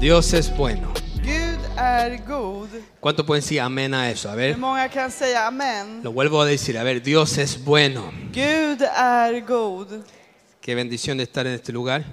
Dios es bueno. Gud är god. ¿Cuánto pueden decir amén a eso? A Hur ver, många kan säga amen? lo vuelvo a decir. A ver, Dios es bueno. Gud är god. Qué bendición de estar en este lugar.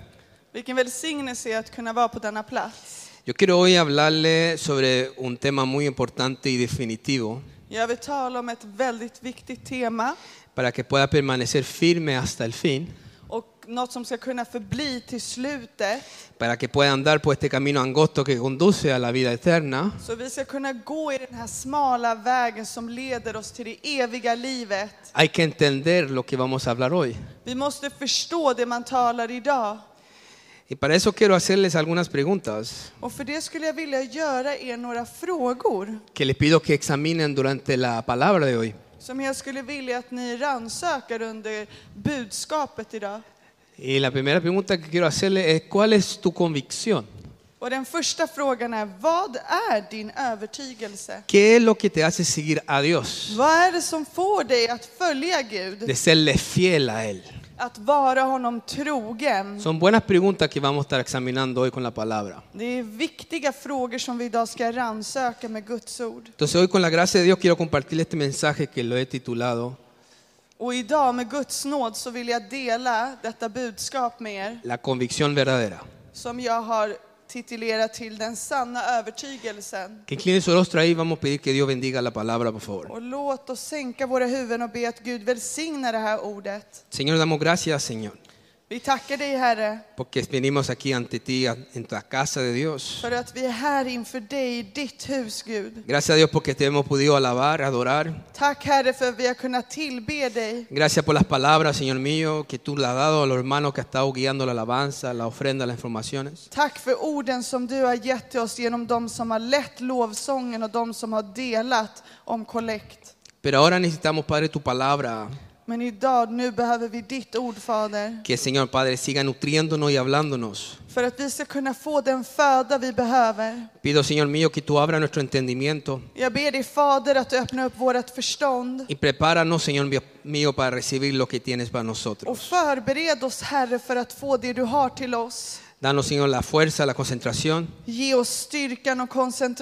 Vilken välsignelse att kunna vara på denna plats. Yo quiero hoy hablarle sobre un tema muy importante y definitivo Jag vill tala om ett väldigt viktigt tema para que pueda permanecer firme hasta el fin, och något som ska kunna förbli till slutet. para que pueda andar por este camino angosto que conduce a la vida eterna Så vi ska kunna gå i den här smala vägen som leder oss till det eviga livet. hay que entender lo que vamos a hablar hoy. Vi måste förstå det man talar idag. Y para eso quiero hacerles algunas preguntas Och för det skulle jag vilja göra er några frågor que les pido que examinen durante la palabra de hoy. som jag skulle vilja att ni rannsakar under budskapet idag. Y la primera pregunta que quiero hacerle es, ¿cuál es tu convicción? Och den första frågan är, vad är din övertygelse? ¿Qué es lo que te hace seguir a Dios? Vad är det som får dig att följa Gud? De serle fiel a Él. Att vara honom trogen? Son buenas preguntas que vamos a estar examinando hoy con la palabra. Det är viktiga frågor som vi idag ska rannsaka med Guds ord. Entonces hoy con la gracia de Dios quiero compartirle este mensaje que lo he titulado Och idag med Guds nåd så vill jag dela detta budskap med er La convicción verdadera. som jag har titulerat till den sanna övertygelsen. Que incline su rostro ahí, vamos a pedir que Dios bendiga la palabra, por favor. Och låt oss sänka våra huvuden och be att Gud välsigna det här ordet. Señor, damos gracias, Señor, Vi tackar dig Herre porque venimos aquí ante ti, en tu casa de Dios. för att vi är här inför dig i ditt hus Gud. Gracias a Dios porque te hemos podido alabar, adorar. Tack Herre för att vi har kunnat tillbe dig. Gracias por las palabras, Señor mío, que tú le has dado a los hermanos que han estado guiando la alabanza, la ofrenda, las informaciones. Tack för orden som du har gett till oss genom de som har lett lovsången och de som har delat om kollekt. Pero ahora necesitamos, Padre, tu palabra, Men idag, nu behöver vi ditt ord Fader. que, Señor, Padre, siga nutriéndonos y hablándonos. För att vi ska kunna få den föda vi behöver. Pido, Señor mío, que tú abra nuestro entendimiento Jag ber dig Fader att öppna upp vårt förstånd y prepáranos, Señor mío- mío, para recibir lo que tienes para och nosotros. förbered oss Herre för att få det du har till oss. Danos, Señor, la fuerza, la concentración, Ge oss styrkan och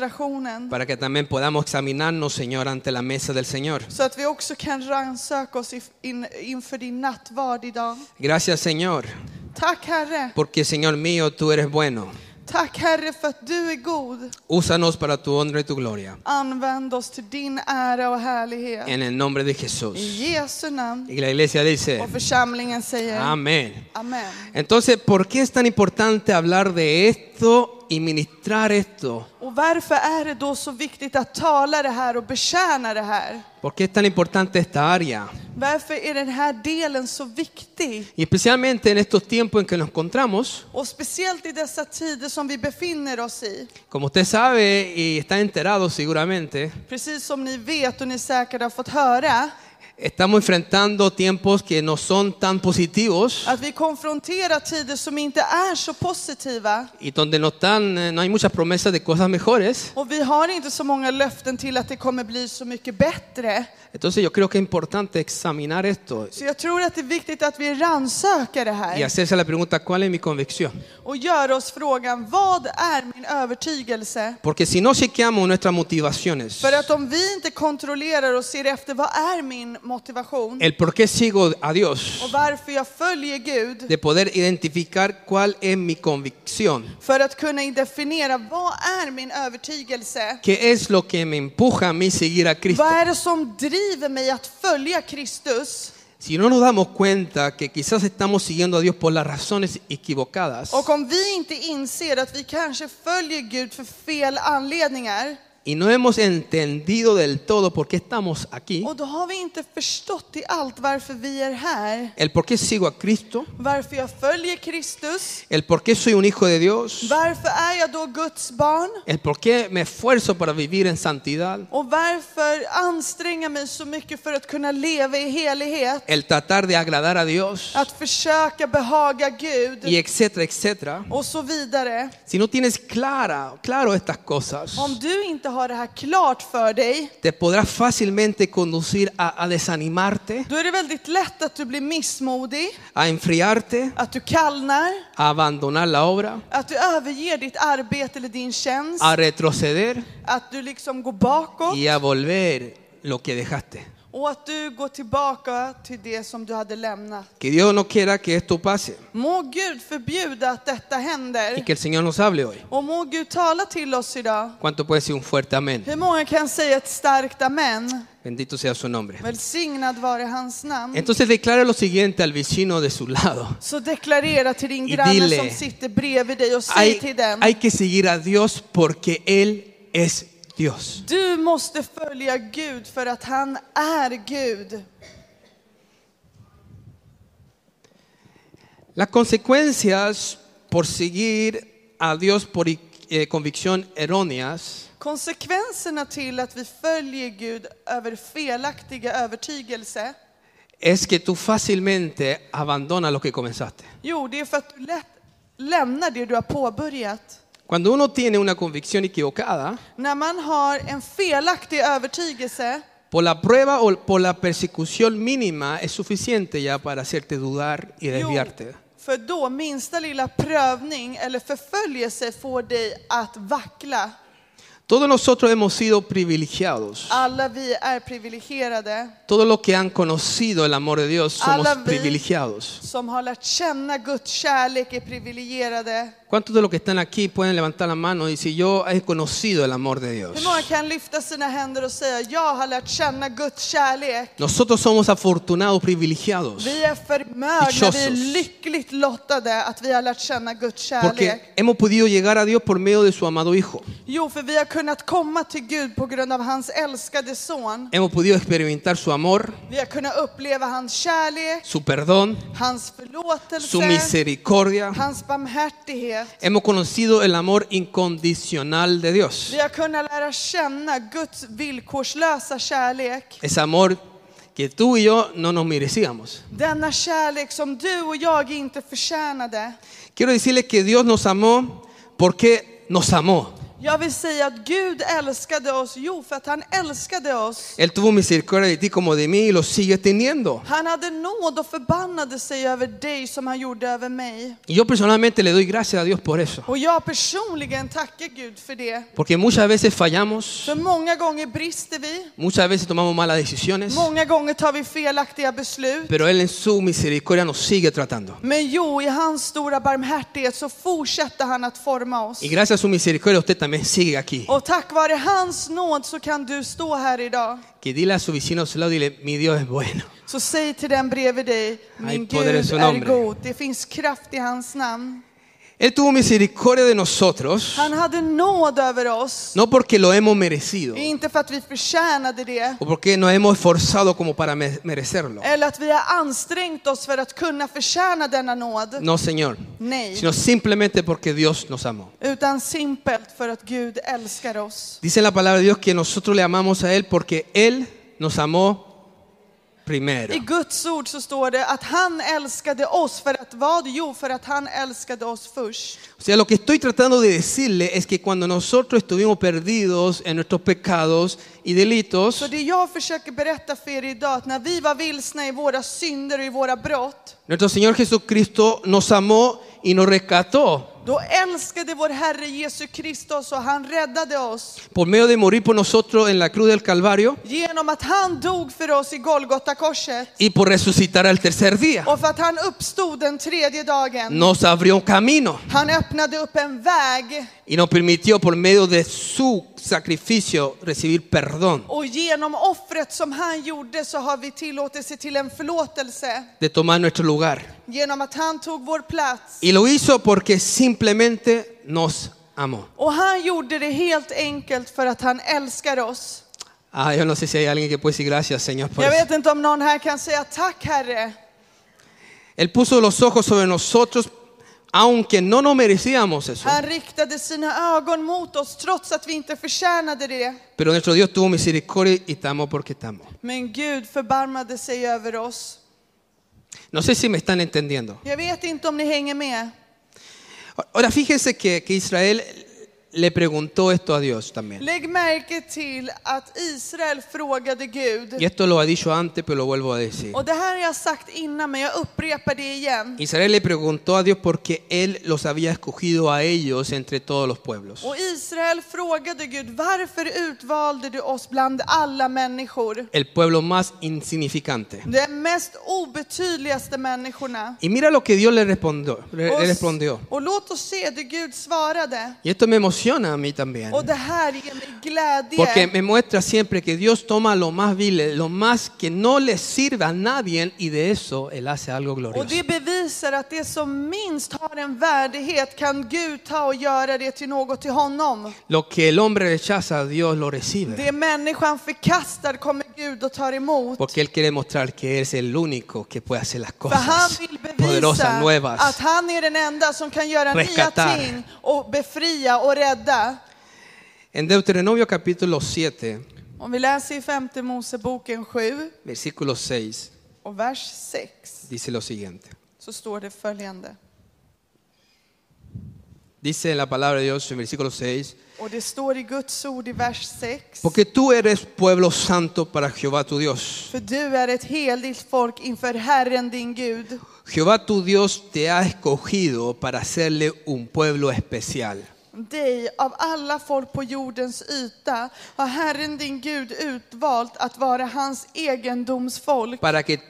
koncentrationen para que también podamos examinarnos, Señor, ante la mesa del Señor. så att vi också kan rannsaka oss if- in, inför din nattvard idag. Gracias, Señor, Tack Herre. porque, Señor mío, tú eres bueno. Tack Herre för att du är god. Úsanos para tu honra y tu gloria. Använd oss till din ära och härlighet. En el nombre de I Jesús. Jesu namn. Y la iglesia dice, Och församlingen säger amén. Amen. Entonces, ¿por qué es tan importante hablar de esto y ministrar esto? Och varför är det då så viktigt att tala det här och betjäna det här? ¿Por qué es tan importante esta área? Varför är den här delen så viktig? Y especialmente en estos tiempos en que nos encontramos, Och speciellt i dessa tider som vi befinner oss i. como usted sabe y está enterado seguramente, Precis som ni vet och ni säkert har fått höra, estamos enfrentando tiempos que no son tan positivos att vi konfronterar tider som inte är så positiva. y donde no, están, eh, no hay muchas promesas de cosas mejores. Och vi har inte så många löften till att det kommer bli så mycket bättre. Entonces yo creo que es importante examinar esto Så jag tror att det är viktigt att vi rannsakar det y här hacerse la pregunta, ¿cuál es mi convicción? och gör oss frågan, vad är min övertygelse? Porque si no chequeamos nuestras motivaciones, För att om vi inte kontrollerar och ser efter vad är min motivation el por qué sigo a och Dios, varför jag följer Gud de poder identificar cuál es mi convicción, för att kunna definiera vad är min övertygelse? qué es lo que me empuja a mí seguir a Cristo. Vad är det som driver mig att följa Kristus? Si no nos damos cuenta que quizás estamos siguiendo a Dios por las razones equivocadas Och om vi inte inser att vi kanske följer Gud för fel anledningar y no hemos entendido del todo por qué estamos aquí, och då har vi inte förstått i allt varför vi är här. el por qué sigo a Cristo, Varför jag följer Kristus? el por qué soy un hijo de Dios, Varför är jag då Guds barn? el por qué me esfuerzo para vivir en santidad, Och varför anstränga mig så mycket för att kunna leva i helighet? el tratar de agradar a Dios Att försöka behaga y Gud etcétera, etcétera. och så vidare. Si no tienes clara, claro estas cosas, Om du inte har det här klart för dig, te podrás fácilmente conducir a, a desanimarte, då är det väldigt lätt att du blir missmodig, a enfriarte, att du kallnar, a abandonar la obra, att du överger ditt arbete eller din tjänst, a retroceder att du liksom går bakåt y a volver lo que dejaste. och att du går tillbaka till det som du hade lämnat. Que Dios no quiera que esto pase Må Gud förbjuda att detta y händer. que el Señor nos hable hoy. Och må Gud tala till oss idag. ¿Cuánto puede decir un fuerte amén? Hur många kan säga ett starkt amen? Bendito sea su nombre. Välsignad vare hans namn. Entonces declara lo siguiente al vecino de su lado. Så deklarera till din Y granne dile, som sitter bredvid dig och säg Hay, till den. hay que seguir a Dios porque Él es Dios. Du måste följa Gud för att han är Gud. Las consecuencias por seguir a Dios por eh, convicción erróneas Konsekvenserna till att vi följer Gud över felaktiga övertygelse, es que tú fácilmente abandonas lo que comenzaste. jo det är för att du lätt lämnar det du har påbörjat. Cuando uno tiene una convicción equivocada, När man har en felaktig övertygelse, por la prueba o por la persecución mínima es suficiente ya para hacerte dudar y jo, desviarte. för då minsta lilla prövning eller förföljelse får dig att vackla. Todos nosotros hemos sido privilegiados. Alla vi är privilegierade Todos los que han conocido el amor de Dios somos Alla vi- privilegiados. som har lärt känna Guds kärlek är privilegierade. ¿Cuántos de los que están aquí pueden levantar la mano y decir yo he conocido el amor de Dios? Hur många kan lyfta sina händer och säga jag har lärt känna Guds kärlek? Nosotros somos afortunados, privilegiados, Vi är förmögna, vi är Dichosos. lyckligt lottade att vi har lärt känna Guds kärlek. porque hemos podido llegar a Dios por medio de su amado Hijo. Jo, för vi har kunnat komma till Gud på grund av hans älskade son. Hemos podido experimentar su amor, Vi har kunnat uppleva hans kärlek, su perdón, hans su förlåtelse, misericordia. hans barmhärtighet. Hemos conocido el amor incondicional de Dios. Vi har kunnat lära känna Guds villkorslösa kärlek. Ese amor que tú y yo no nos merecíamos. Denna kärlek som du och jag inte förtjänade. Quiero decirles que Dios nos amó porque nos amó. Jag vill säga att Gud älskade oss, jo för att han älskade oss. Él tuvo misericordia de ti como de mí y lo sigue teniendo. Han hade nåd och förbannade sig över dig som han gjorde över mig. Y yo personalmente le doy gracias a Dios por eso. Och jag personligen tackar Gud för det. Porque muchas veces fallamos, För många gånger brister vi, muchas veces tomamos malas decisiones, många gånger tar vi felaktiga beslut. pero Él en su misericordia nos sigue tratando. Men jo, i hans stora barmhärtighet så fortsätter han att forma oss. Y gracias a su misericordia usted también sigue aquí. Och tack vare hans nåd så kan du stå här idag. Que dile a su vecino a su lado, dile, mi Dios es bueno. Så säg till den bredvid dig, Ay, min Gud poder en su är nombre." god. Det finns kraft i hans namn. Él tuvo misericordia de nosotros, Han hade nåd över oss, no porque lo hemos merecido, inte för att vi förtjänade det. o porque nos hemos esforzado como para me- merecerlo. Eller att vi har ansträngt oss för att kunna förtjäna denna nåd. No, Señor, Nej, sino simplemente porque Dios nos amó. utan simpelt för att Gud älskar oss. Dice la palabra de Dios que nosotros le amamos a Él porque Él nos amó primero. I Guds ord så står det att han älskade oss för att vad? Jo, för att han älskade oss först. O sea, lo que estoy tratando de decirle es que cuando nosotros estuvimos perdidos en nuestros pecados y Så delitos, det jag försöker berätta för er idag, att när vi var vilsna i våra synder och i våra brott, nuestro Señor Jesucristo nos amó y nos rescató då älskade vår Herre Jesus Kristus och han räddade oss por medio de morir por nosotros en la cruz del Calvario genom att han dog för oss i Golgata-korset y por resucitar al tercer día. och för att han uppstod den tredje dagen. Nos abrió un camino Han öppnade upp en väg y nos permitió por medio de su sacrificio recibir perdón, och genom offret som han gjorde så har vi tillåtelse till en förlåtelse de tomar nuestro lugar. genom att han tog vår plats. Y lo hizo porque simplemente nos amó. Och han gjorde det helt enkelt för att han älskar oss. Ah, yo no sé si hay alguien que puede decir gracias, Señor, por Jag eso. vet inte om någon här kan säga tack Herre. Él puso los ojos sobre nosotros, aunque no nos merecíamos eso. Han riktade sina ögon mot oss trots att vi inte förtjänade det. Pero nuestro Dios tuvo misericordia y estamos porque estamos. Men Gud förbarmade sig över oss. No sé si me están entendiendo. Jag vet inte om ni hänger med. Ahora fíjense que, que Israel le preguntó esto a Dios también. Lägg märke till att Israel frågade Y Gud. esto lo ha dicho antes, pero lo vuelvo a decir. Och det här har jag sagt innan, men jag upprepar det igen. Israel le preguntó a Dios porque Él los había escogido a ellos entre todos los pueblos. Och Israel frågade Gud, varför utvalde du oss bland alla människor? El pueblo más insignificante. De mest obetydligaste människorna. Y mira lo que Dios le respondió. le- le respondió. Och, och låt oss se det Gud svarade. Y esto me emociona a mí también. Och det här ger mig glädje. Porque me muestra siempre que Dios toma lo más vil, lo más que no le sirve a nadie y de eso Él hace algo Och glorioso. det bevisar att det som minst har en värdighet kan Gud ta och göra det till något till honom. Lo que el hombre rechaza, Dios lo recibe. Det människan förkastar kommer Gud att ta emot. Porque Él quiere mostrar que Él es el único que puede hacer las För han cosas vill bevisa poderosas, att nuevas. han är den enda som kan göra Rescatar. nya ting och befria och rädda. En Deuteronomio capítulo 7, Om vi läser i femte Moseboken 7 versículo 6, och vers 6 dice lo siguiente. så står det följande. Dice la palabra de Dios en versículo 6, Och det står i Guds ord i vers 6. porque tú eres pueblo santo para Jehová tu Dios. För du är ett heligt folk inför Herren din Gud. Jehová tu Dios te ha escogido para hacerle un pueblo especial. Dig av alla folk på jordens yta har Herren din Gud utvalt att vara hans egendomsfolk para que t-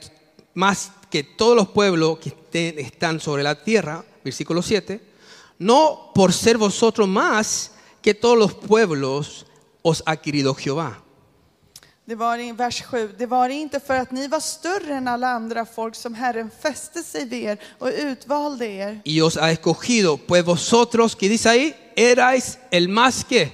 más que todos los pueblos que estén- están sobre la tierra, versículo 7, no por ser vosotros más que todos los pueblos os ha querido Jehová. Det var i vers 7. Det var inte för att ni var större än alla andra folk som Herren fäste sig vid er och utvalde er. Y os ha escogido, pues vosotros, que dice ahí, erais el más que.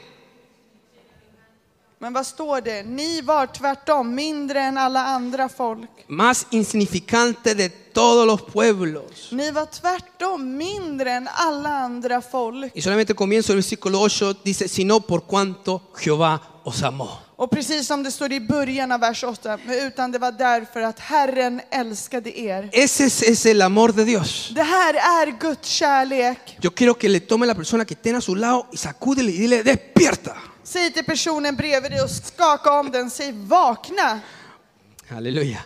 Men vad står det? Ni var tvärtom mindre än alla andra folk. Más insignificante de todos los pueblos. Ni var tvärtom mindre än alla andra folk. Y solamente comienzo el versículo 8, dice, sino por cuanto Jehová os amó. Och precis som det står i början av vers 8, men utan det var därför att Herren älskade er. Ese es, es el amor de Dios. Det här är Guds kärlek. Yo quiero que le tome la persona que esté a su lado y sacúdele y dile, despierta. Säg till personen bredvid dig och skaka om den, säg vakna. Aleluya.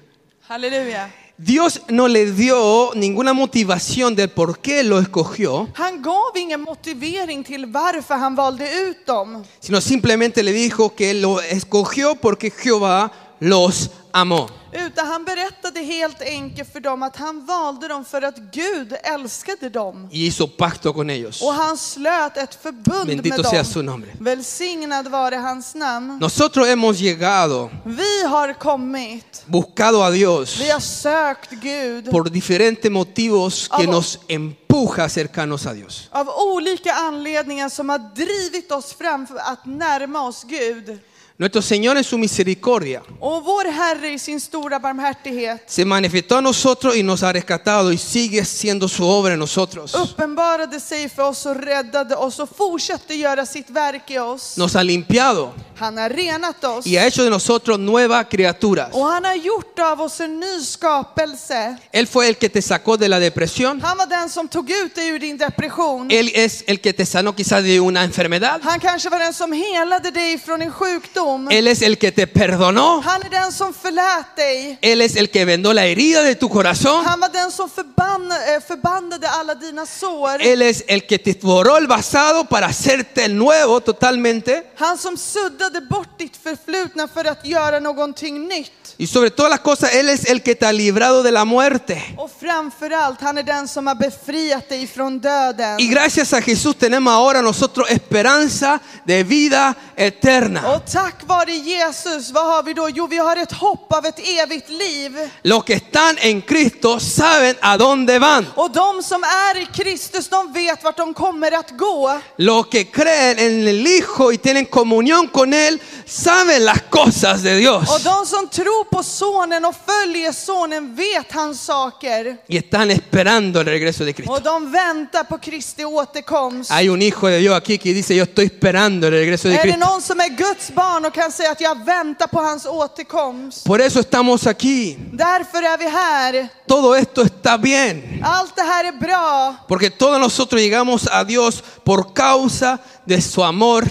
Halleluja. Dios no le dio ninguna motivación del por qué lo escogió, Han gav ingen motivering till varför han valde ut dem. sino simplemente le dijo que lo escogió porque Jehová los amó. Utan han berättade helt enkelt för dem att han valde dem för att Gud älskade dem. Y hizo pacto con ellos. Och han slöt ett förbund Bendito med sea dem. su nombre. Välsignad vare hans namn. Nosotros hemos llegado, Vi har kommit. buscado a Dios Vi har sökt Gud. por diferentes motivos que Amo. nos empuja cercanos a Dios. Av olika anledningar som har drivit oss fram för att närma oss Gud. Nuestro Señor en su misericordia Och vår Herre i sin stora barmhärtighet se manifestó a nosotros y nos ha rescatado y sigue siendo su obra en nosotros. uppenbarade sig för oss och räddade oss och fortsatte göra sitt verk i oss. Nos ha limpiado. Han har renat oss y ha hecho de nosotros nuevas criaturas. och han har gjort av oss en ny skapelse. Él fue el que te sacó de la depresión. Han var den som tog ut dig ur din depression. Él es el que te sanó quizás de una enfermedad. Han kanske var den som helade dig från en sjukdom. Él es el que te perdonó. Han är den som förlät dig. Él es el que vendó la herida de tu corazón. Han var den som förbann, eh, förbandade alla dina sår. Él es el que te borró el pasado para hacerte nuevo totalmente. Han som suddade bort ditt förflutna för att göra någonting nytt. Y sobre todas las cosas, Él es el que te ha librado de la muerte. Och framförallt, han är den som har befriat dig från döden. Y gracias a Jesús tenemos ahora nosotros esperanza de vida eterna. Och tack vare Jesus, vad har vi då? Jo, vi har ett hopp av ett evigt liv. Los que están en Cristo saben a dónde van. Och de som är i Kristus, de vet vart de kommer att gå. Los que creen en el Hijo y tienen comunión con Él saben las cosas de Och Dios de som tror på Sonen och följer Sonen vet hans saker. y están esperando el regreso de Cristo. Och de väntar på Kristi återkomst. Hay un Hijo de Dios aquí que dice, yo estoy esperando el regreso de Är det Cristo. någon som är Guds barn och kan säga att jag väntar på hans återkomst? Por eso estamos aquí. Därför är vi här. Todo esto esto está bien. Allt det här är bra. Porque todos nosotros llegamos a Dios por causa de su amor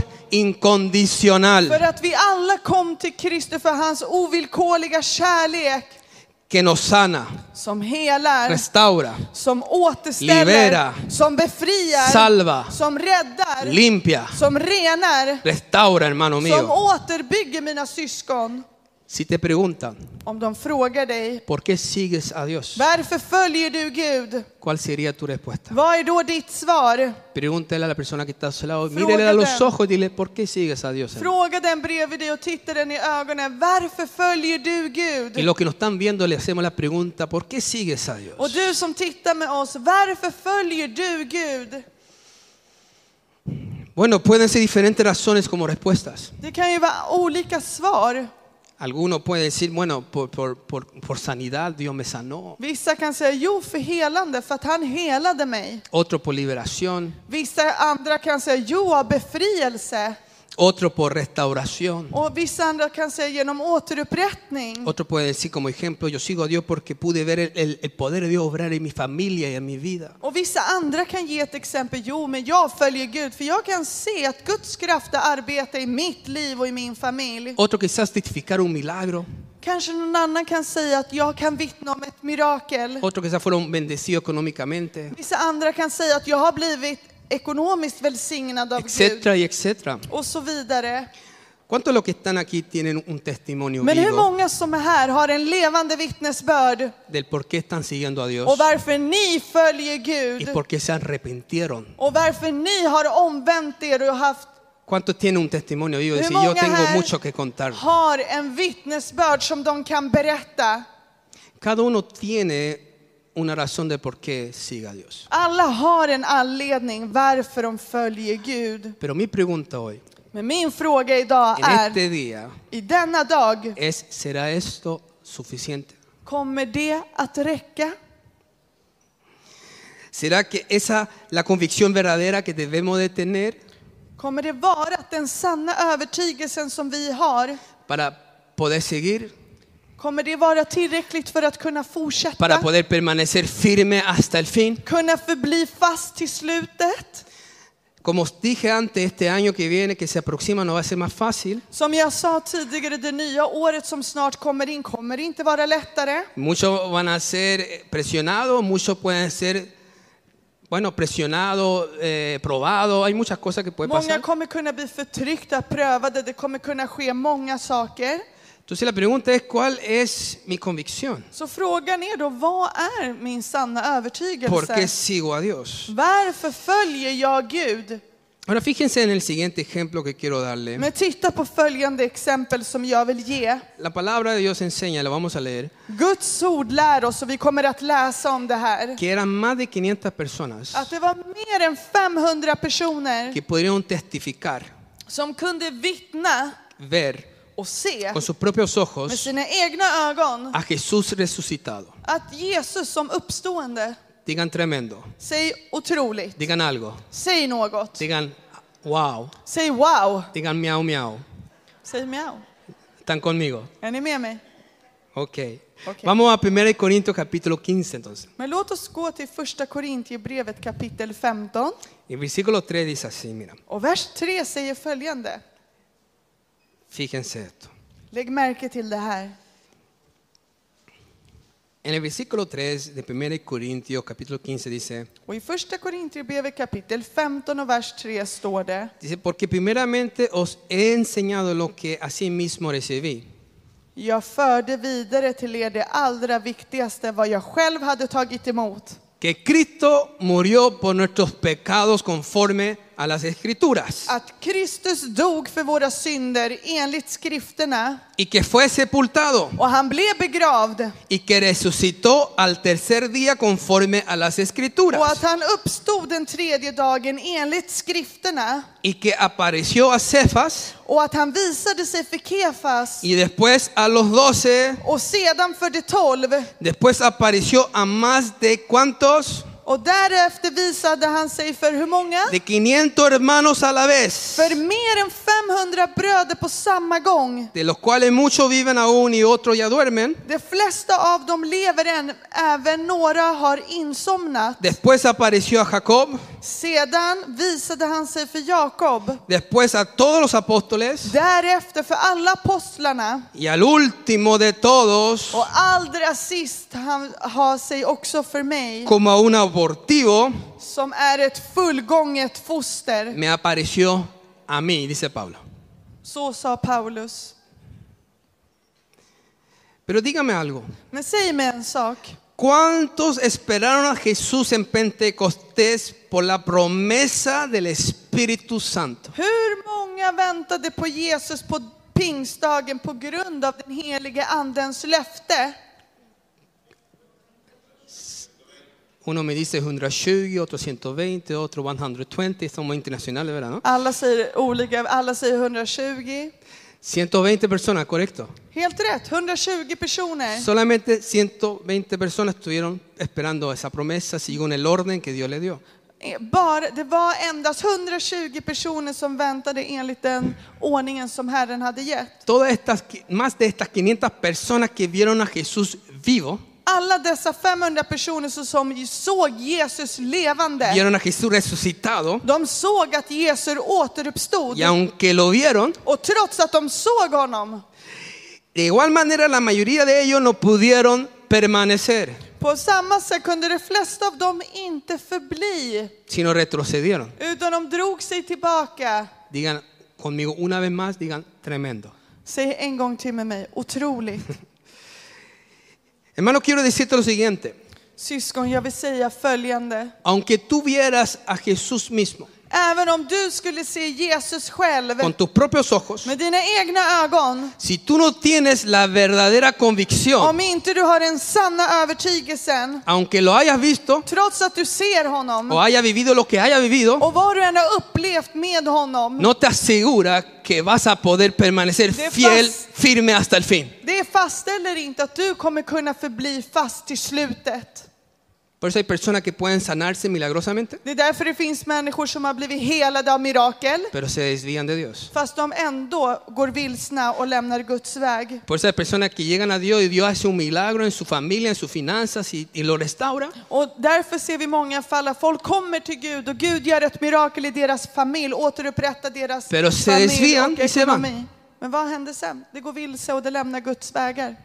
För incondicional att vi alla kom till Kristus för hans ovillkorliga kärlek que nos sana, som helar, restaura, som återställer, Libera. som befriar, Salva. som räddar, limpia, som renar, restaura, hermano som mío. återbygger mina syskon. Si te preguntan, Om de frågar dig, ¿por qué sigues a Dios? varför följer du Gud? ¿Cuál sería tu respuesta? Vad är då ditt svar? Pregúntale a la persona que está a su lado, Fråga mírele a los den. ojos y dile, ¿por qué sigues a Dios? hermano? Fråga den bredvid dig och titta den i ögonen. Varför följer du Y Gud? los que nos están viendo le hacemos la pregunta, ¿por qué sigues a Dios? Och du som tittar med oss, varför följer du Gud? Bueno, pueden ser diferentes razones como respuestas. Det kan ju vara olika svar. Algunos pueden decir, bueno, por, por- por- por sanidad Dios me sanó. Vissa kan säga jo för helande, för att han helade mig. Otro por liberación. Vissa andra kan säga jo av befrielse. Otro por restauración. Och vissa andra kan säga genom återupprättning. Otro puede decir como ejemplo, yo sigo a Dios porque pude ver el, el- el poder de Dios obrar en mi familia y en mi vida. Och vissa andra kan ge ett exempel, jo men jag följer Gud för jag kan se att Guds kraft arbetar i mitt liv och i min familj. Otro quizás testificar un milagro. Kanske någon annan kan säga att jag kan vittna om ett mirakel. Otro quizás fueron bendecidos económicamente, Vissa andra kan säga att jag har blivit ekonomiskt välsignad av Gud. etcétera y etcétera. Och så vidare. ¿Cuántos de los que están aquí tienen un testimonio Men hur vivo många som är här har en levande vittnesbörd del por qué están siguiendo a Dios och varför ni följer y Gud por qué se arrepintieron? och varför ni har omvänt er och haft ¿Cuántos tienen un testimonio vivo? hur Decir, yo många tengo mucho que här contar. har en vittnesbörd som de kan berätta? Cada uno tiene una razón de por qué sigue a Dios. Alla har en anledning varför de följer Gud. Pero mi pregunta hoy, Men min fråga idag en är, este día, i denna dag, es, ¿será esto suficiente? kommer det att räcka? ¿Será que esa la convicción verdadera que debemos de tener Kommer det vara att den sanna övertygelsen som vi har, para poder seguir, kommer det vara tillräckligt för att kunna fortsätta? para poder permanecer firme hasta el fin? kunna förbli fast till slutet. Como os dije antes, este año que viene, que se aproxima, no va a ser más fácil. Som jag sa tidigare, det nya året som snart kommer in kommer inte vara lättare. Muchos van a ser eh, presionados, muchos pueden ser, bueno, presionados, eh, probados, hay muchas cosas que pueden Många pasar. kommer kunna bli förtryckta, prövade, det kommer kunna ske många saker. Entonces la pregunta es, ¿cuál es mi convicción? Så frågan är då, vad är min sanna ¿Por qué övertygelse? sigo a Dios? Varför följer jag Gud? Ahora fíjense en el siguiente ejemplo que quiero darle. Men titta på följande exempel som jag vill ge. La palabra de Dios enseña, la vamos a leer, Guds ord lär oss, och vi kommer att läsa om det här, que eran más de 500 personas att det var mer än 500 personer que pudieron testificar, som kunde vittna ver och se con sus propios med ojos sina egna ögon a Jesús resucitado. att Jesus som uppstående, Digan tremendo, säg otroligt, digan algo, säg något, digan wow, säg wow, digan miau miau. säg miau. ¿Están conmigo? Är ni med mig? Ok. Ok. Vamos a 1 Corintios capítulo 15 entonces. Men låt oss gå till första Korintierbrevet kapitel 15 El versículo 3 dice así, mira, och vers 3 säger följande. fíjense esto. Lägg märke till det här. En el versículo 3 de 1 Corintios capítulo 15 dice, Och i första Korintierbrevet kapitel 15 och vers 3 står det dice, porque primeramente os he enseñado lo que asimismo recibí, Jag förde vidare till er det allra viktigaste vad jag själv hade tagit emot. que Cristo murió por nuestros pecados conforme a las escrituras, att Kristus dog för våra synder enligt skrifterna y que fue sepultado, och han blev begravd y que resucitó al tercer día conforme a las och att escrituras, han uppstod den tredje dagen enligt skrifterna y que apareció a Cefas, och att han visade sig för Kefas y después a los doce, och sedan för de tolv después apareció a más de cuántos, Och därefter visade han sig för hur många? de 500 hermanos a la vez, För mer än 500 bröder på samma gång. de los cuales muchos viven aún y otros ya duermen. De flesta av dem lever än, även några har insomnat. Después apareció a Jacob, Sedan visade han sig för Jakob, después a todos los apóstoles därefter för alla apostlarna y al último de todos, och allra sist han har sig också för mig, como a un abortivo, som är ett fullgånget foster. me apareció a mí, dice Pablo. Så sa Paulus. Pero dígame algo, Men säg mig en sak. ¿cuántos esperaron a Jesús en Pentecostés por la promesa del Espíritu Santo? Hur många väntade på Jesus på pingstdagen på grund av den helige andens löfte? Uno me dice 120, otro 120, otro 120, somos internacionales, ¿verdad? no? Alla säger olika, alla säger 120. 120 personas, correcto. Helt rätt, 120 personer. Solamente 120 personas estuvieron esperando esa promesa según el orden que Dios le dio. Bara, det var endast 120 personer som väntade enligt den ordningen som Herren hade gett. Todas estas, más de estas 500 personas que vieron a Jesús vivo, Alla dessa 500 personer som- som såg Jesus levande, vieron a Jesús resucitado, de såg att Jesus återuppstod. y aunque lo vieron, Och trots att de såg honom, de igual manera la mayoría de ellos no pudieron permanecer, på samma sätt kunde de flesta av dem inte förbli, sino retrocedieron. utan de drog sig tillbaka. Digan conmigo una vez más, digan tremendo. Säg en gång till med mig, otroligt. Hermano, quiero decirte lo siguiente. Syskon, jag vill säga följande. Aunque tú vieras a Jesús mismo Även om du skulle se Jesus själv con tus propios ojos, med dina egna ögon, si tú no tienes la verdadera convicción, om inte du har den sanna övertygelsen, aunque lo hayas visto trots att du ser o honom haya vivido lo que haya vivido, och vad du än har upplevt med honom, no te asegura que vas a poder permanecer De fiel, fas- firme hasta el fin. det fastställer inte att du kommer kunna förbli fast till slutet. Por eso hay personas que pueden sanarse milagrosamente, Det är därför det finns människor som har blivit helade av mirakel, pero se desvían de Dios. fast de ändå går vilsna och lämnar Guds väg. Por eso hay personas que llegan a Dios y Dios hace un milagro en su familia, en sus finanzas y, y lo restaura, Och därför ser vi många fall att folk kommer till Gud och Gud gör ett mirakel i deras familj, återupprättar deras Pero se familj desvían och y se van. ekonomi. Men vad händer sen? Det går vilse och det lämnar Guds vägar.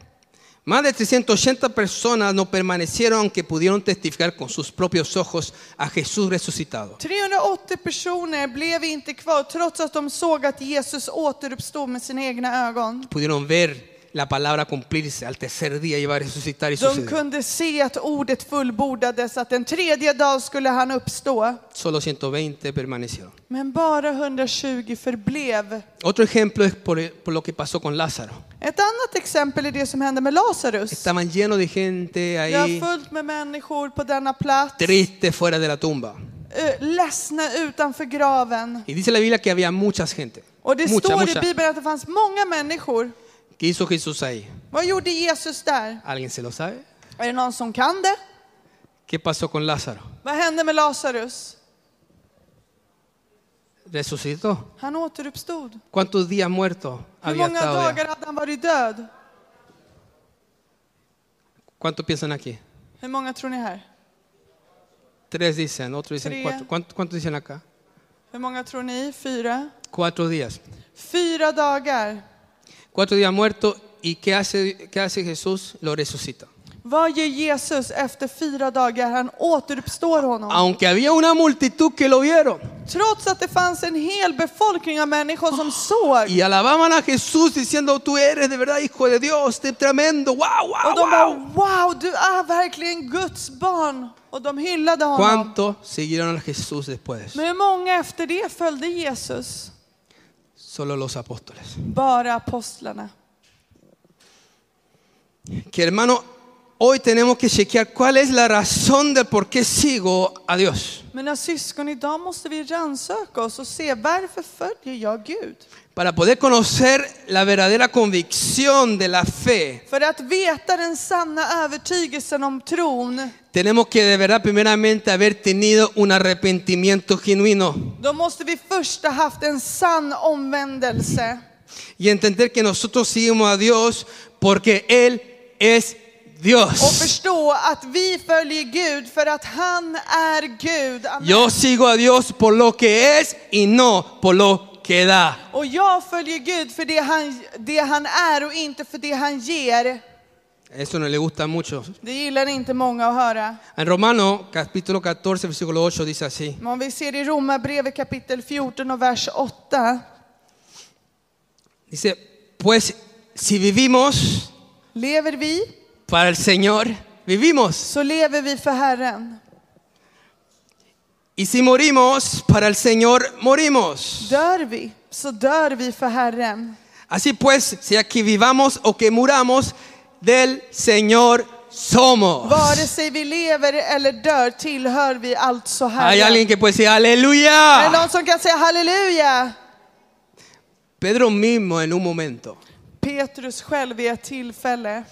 Más de 380 personas no permanecieron aunque pudieron testificar con sus propios ojos a Jesús resucitado. 380 personer blev inte kvar trots att de såg att Jesus återuppstod med sina egna ögon. Pudieron ver la palabra cumplirse, al tercer día iba a resucitar y De sucedió. kunde se att ordet fullbordades, att den tredje dag skulle han uppstå. Solo 120 permanecieron. Men bara 120 förblev. Otro ejemplo es por, por lo que pasó con Lázaro. Ett annat exempel är det som hände med Lazarus. Estaban llenos de gente Det ahí, var fullt med människor på denna plats, triste fuera de la tumba. eh, ledsna utanför graven. Y dice la Biblia que había mucha gente. Och det Mucha, står mucha. i Bibeln att det fanns många människor. ¿Qué hizo Jesús ahí? Vad gjorde Jesus där? ¿Alguien se lo sabe? Är det någon som kan det? ¿Qué pasó con Lázaro? Vad hände med Lazarus? Resucitó. Han återuppstod. ¿Cuántos días muerto Hur había många estado? dagar ya? hade han varit död? ¿Cuántos piensan aquí? Hur många tror ni här? Tres dicen, otros dicen Tres. cuatro. ¿Cuánto- ¿Cuántos dicen acá? Hur många tror ni? Fyra? Cuatro días. Fyra dagar. Cuatro días muerto. ¿Y qué hace, qué hace Jesús? Lo resucita. Vad gör Jesus efter fyra dagar? Han återuppstår honom. Aunque había una multitud que lo vieron Trots att det fanns en hel befolkning av människor som såg. y alababan a Jesús diciendo, tú eres de verdad hijo de Dios, te- tremendo, wow, wow, Och de bara, wow. wow, du är verkligen Guds barn. Och de hyllade honom. ¿Cuántos siguieron a Jesús después? Men hur många efter det följde Jesus? Solo los apóstoles. Bara apostlarna. Que hermano, Hoy tenemos que chequear cuál es la razón del por qué sigo a Dios. Mina syskon, idag måste vi rannsöka oss och se varför följer jag Gud? Para poder conocer la verdadera convicción de la fe, För att veta den sanna övertygelsen om tron, tenemos que de verdad primeramente haber tenido un arrepentimiento genuino då måste vi först ha haft en sann omvändelse. y entender que nosotros seguimos a Dios porque Él es Och Dios. förstå att vi följer Gud för att han är Gud. Amen. Yo sigo a Dios por lo que es y no por lo que da. Och jag följer Gud för det han, det han är och inte för det han ger. Eso no le gusta mucho. Det gillar inte många att höra. En Romano capítulo 14, versículo 8 dice así. Men om vi ser i Romarbrevet kapitel 14 och vers 8. Dice, pues si vivimos Lever vi, para el Señor, vivimos. så lever vi för Herren. Y si morimos para el Señor, morimos. Dör vi, så dör vi för Herren. Así pues, sea que vivamos o que muramos, del Señor somos. Vare sig vi lever eller dör tillhör vi alltså Hay alguien Herren. que puede decir, Är det aleluya. någon som kan säga halleluja? Pedro mismo en un momento, Petrus själv vid ett tillfälle.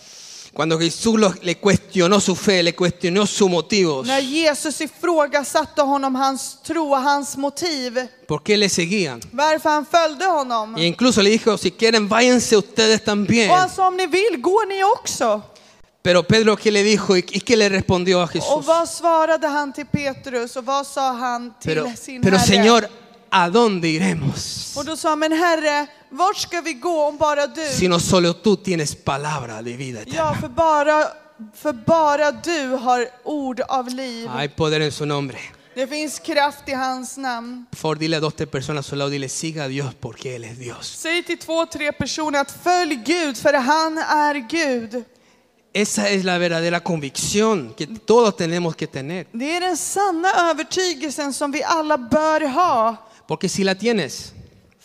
cuando Jesús lo- le cuestionó su fe, le cuestionó sus motivos, När Jesus ifrågasatte honom hans tro och hans motiv, por qué le seguían. varför han följde Y honom. incluso le dijo, si quieren, váyanse ustedes también. Och han sa om ni vill, går ni också. Pero Pedro, ¿qué le dijo y y qué le respondió a Och Jesús? vad svarade han till Petrus och vad sa han till Pero, sin pero herre? Señor, ¿a dónde iremos? och då sa han, men herre, vart ska vi gå om bara du? Sino solo tú tienes palabra de vida eterna. Ja, för bara, för bara du har ord av liv. Hay poder en su nombre. Det finns kraft i hans namn. Por favor, dile a dos, tres personas a su lado, dile, siga a Dios porque Él es Dios. Säg till två, tre personer att följ Gud, för han är Gud. Esa es la verdadera convicción que todos tenemos que tener. Det är den sanna övertygelsen som vi alla bör ha. Porque si la tienes,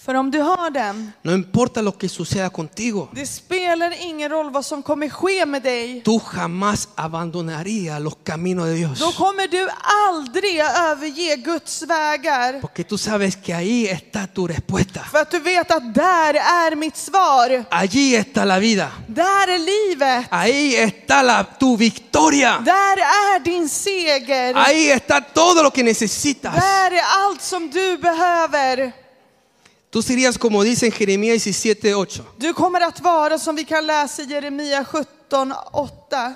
För om du har den, no importa lo que suceda contigo, det spelar ingen roll vad som kommer ske med dig. tú jamás abandonarías los caminos de Dios. Då kommer du aldrig överge Guds vägar. Porque tú sabes que ahí está tu respuesta. För att du vet att där är mitt svar. Allí está la vida. Där är livet. Ahí está la, tu victoria. Där är din seger. Ahí está todo lo que necesitas. Där är allt som du behöver. Tú serías como dice en Jeremías 17, 8. Du kommer att vara som vi kan läsa i Jeremia 17:8.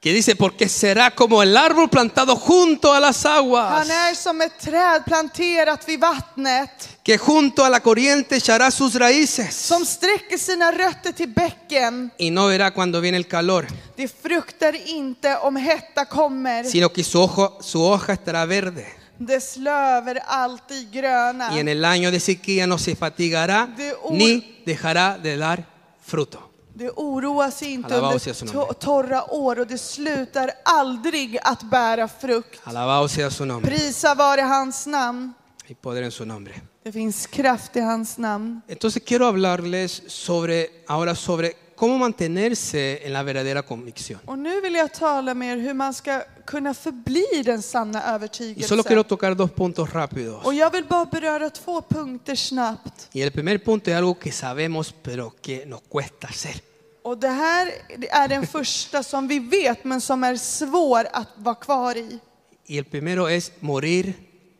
que dice, porque será como el árbol plantado junto a las aguas, Han är som ett träd planterat vid vattnet que junto a la corriente echará sus raíces som sträcker sina rötter till bäcken. y no verá cuando viene el calor, Det fruktar inte om hetta kommer. sino que su, ojo, su hoja estará verde Dess löv är alltid gröna. y en el año de sequía no se fatigará Ah. De ur- ni dejará de dar fruto. Det oroar sig inte Alabado under sea su to- nombre. torra år och det slutar aldrig att bära frukt. Alabado sea su nombre. Prisa vare hans namn. Hay poder en su nombre. Det finns kraft i hans namn. Entonces quiero hablarles sobre ahora sobre cómo mantenerse en la verdadera convicción. Och nu vill jag tala med er hur man ska kunna förbli den sanna Y solo quiero övertygelsen. tocar dos puntos rápidos. Och jag vill bara beröra två punkter snabbt. Y el primer punto es algo que sabemos pero que nos cuesta hacer. Och det här är den första som vi vet men som är svår att vara kvar i. Y el primero es morir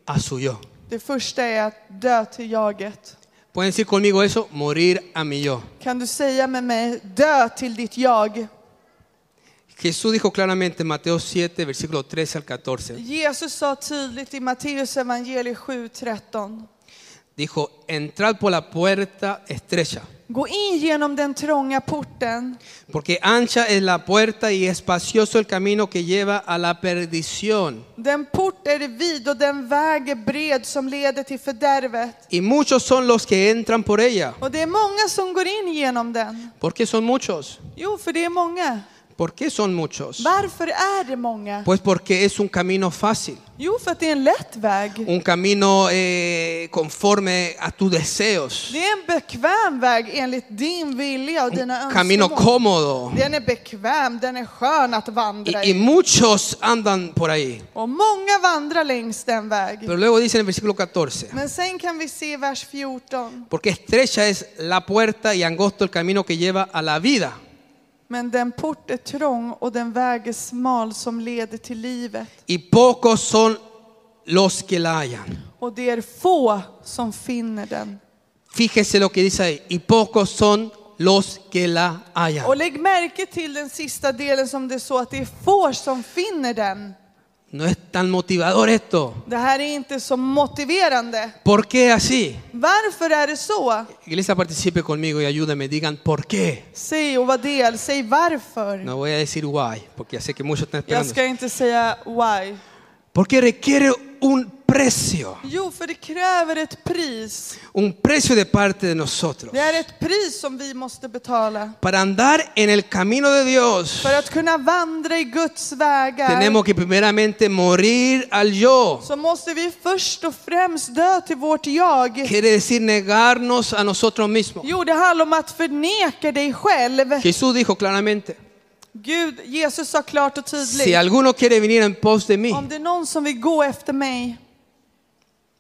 a su yo. Det första är att dö till jaget. Pueden decir conmigo eso, morir a mi yo. Kan du säga med mig, dö till ditt jag? Jesús dijo claramente en Mateo 7, versículo 13 al 14, Jesus sa tydligt i Matteus evangeliet 7.13. dijo, entrad por la puerta estrecha, Gå in genom den trånga porten, porque ancha es la puerta y espacioso el camino que lleva a la perdición. den port är vid och den väg är bred som leder till fördärvet. Y muchos son los que entran por ella, Och det är många som går in genom den. porque son muchos. Jo, för det är många. ¿Por qué son muchos? Varför är det många? Pues porque es un camino fácil, Jo, för att det är en lätt väg. un camino eh, conforme a tus deseos, Det är en bekväm väg enligt din vilja och dina un camino önskemål. cómodo. Den är bekväm, den är skön att vandra Y, y i. muchos andan por ahí. Och många vandrar längs den väg. Pero luego dice en el versículo 14, Men sen kan vi se i vers 14. porque estrecha es la puerta y angosto el camino que lleva a la vida. Men den port är trång och den väg är smal som leder till livet. Y pocos son los que la hallan. Och det är få som finner den. Fíjese lo que dice ahí. Y pocos son los que la hallan. Och lägg märke till den sista delen som det är så att det är få som finner den. No es tan motivador esto. Det här är inte så motiverande. ¿Por qué así? Varför är det så? Iglesia, participe conmigo y ayúdame. Digan, ¿por qué? Säg och vad del, säg varför. No voy a decir why, porque ya sé que muchos están Jag esperando. ska inte säga why. Porque requiere un precio. Jo, för det kräver ett pris. Un precio de parte de nosotros. Det är ett pris som vi måste betala. Para andar en el camino de Dios, För att kunna vandra i Guds vägar tenemos que primeramente morir al yo. så måste vi först och främst dö till vårt jag. Quiere decir negarnos a nosotros mismos. Jo, det handlar om att förneka dig själv. Jesús dijo claramente, Gud, Jesus sa klart och si tydligt, alguno quiere venir en pos de mí, om det är någon som vill gå efter mig,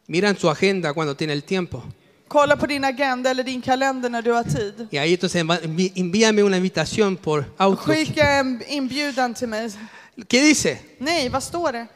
mira en su agenda cuando tiene el tiempo. kolla på din agenda eller din kalender när du har tid. Y ahí entonces va- envi- envíame una invitación por auto. Skicka en inbjudan till mig. ¿Qué dice? Nej, vad står det?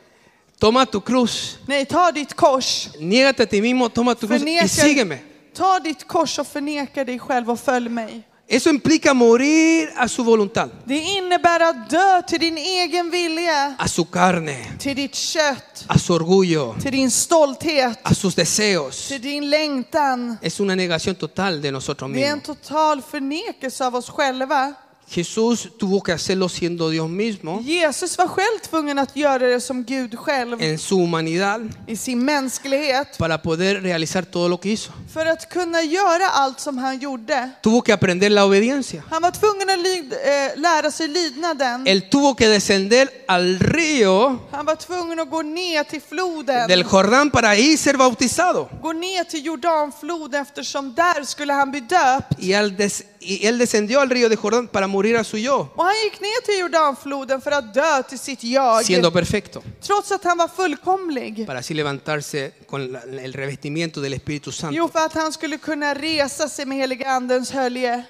Toma tu cruz, Nej, ta ditt kors. niégate a ti mismo, toma tu cruz y Förneka, sígueme. ta ditt kors och förneka dig själv och följ mig. Eso implica morir a su voluntad, Det innebär att dö till din egen vilja, a su carne, till ditt kött, a su orgullo, till din stolthet, a sus deseos. till din längtan. Es una negación total de nosotros Det är en mismos. total förnekelse av oss själva. Jesús tuvo que hacerlo siendo Dios mismo Jesus var själv tvungen att göra det som Gud själv en su humanidad i sin mänsklighet para poder realizar todo lo que hizo. för att kunna göra allt som han gjorde. Tuvo que aprender la obediencia. Han var tvungen att lyd, eh, lära sig lydnaden. Él tuvo que descender al río Han var tvungen att gå ner till floden. del Jordán para ahí ser bautizado. gå ner till Jordanfloden eftersom där skulle han bli döpt. Y, al des- y él descendió al río de Jordán para morir a su yo, Och han gick ner till Jordanfloden för att dö till sitt jag, siendo perfecto, trots att han var fullkomlig. para así levantarse con la- el revestimiento del Espíritu Santo. Jo, för att han skulle kunna resa sig med heliga andens hölje.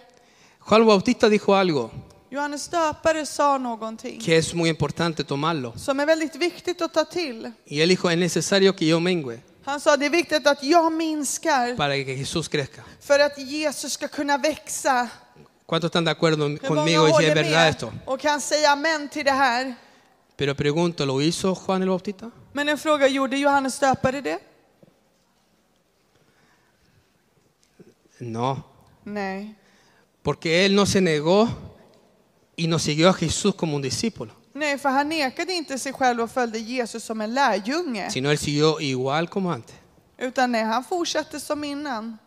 Juan Bautista dijo algo Johannes döpare sa någonting que es muy importante tomarlo. som är väldigt viktigt att ta till. Y él dijo, es necesario que yo mengüe Han sa det är viktigt att jag minskar para que Jesús crezca. för att Jesus ska kunna växa. ¿Cuántos están de acuerdo en- Hur många conmigo y si es håller verdad med esto? och kan säga amen till det här? Pero pregunto, ¿lo hizo Juan el Bautista? Men en fråga, gjorde Johannes döpare det? No, Nej. porque él no se negó y no siguió a Jesús como un discípulo, Nej, för han nekade inte sig själv och följde Jesus som en lärjunge. sino él siguió igual como antes. Utan nej, han fortsatte som innan.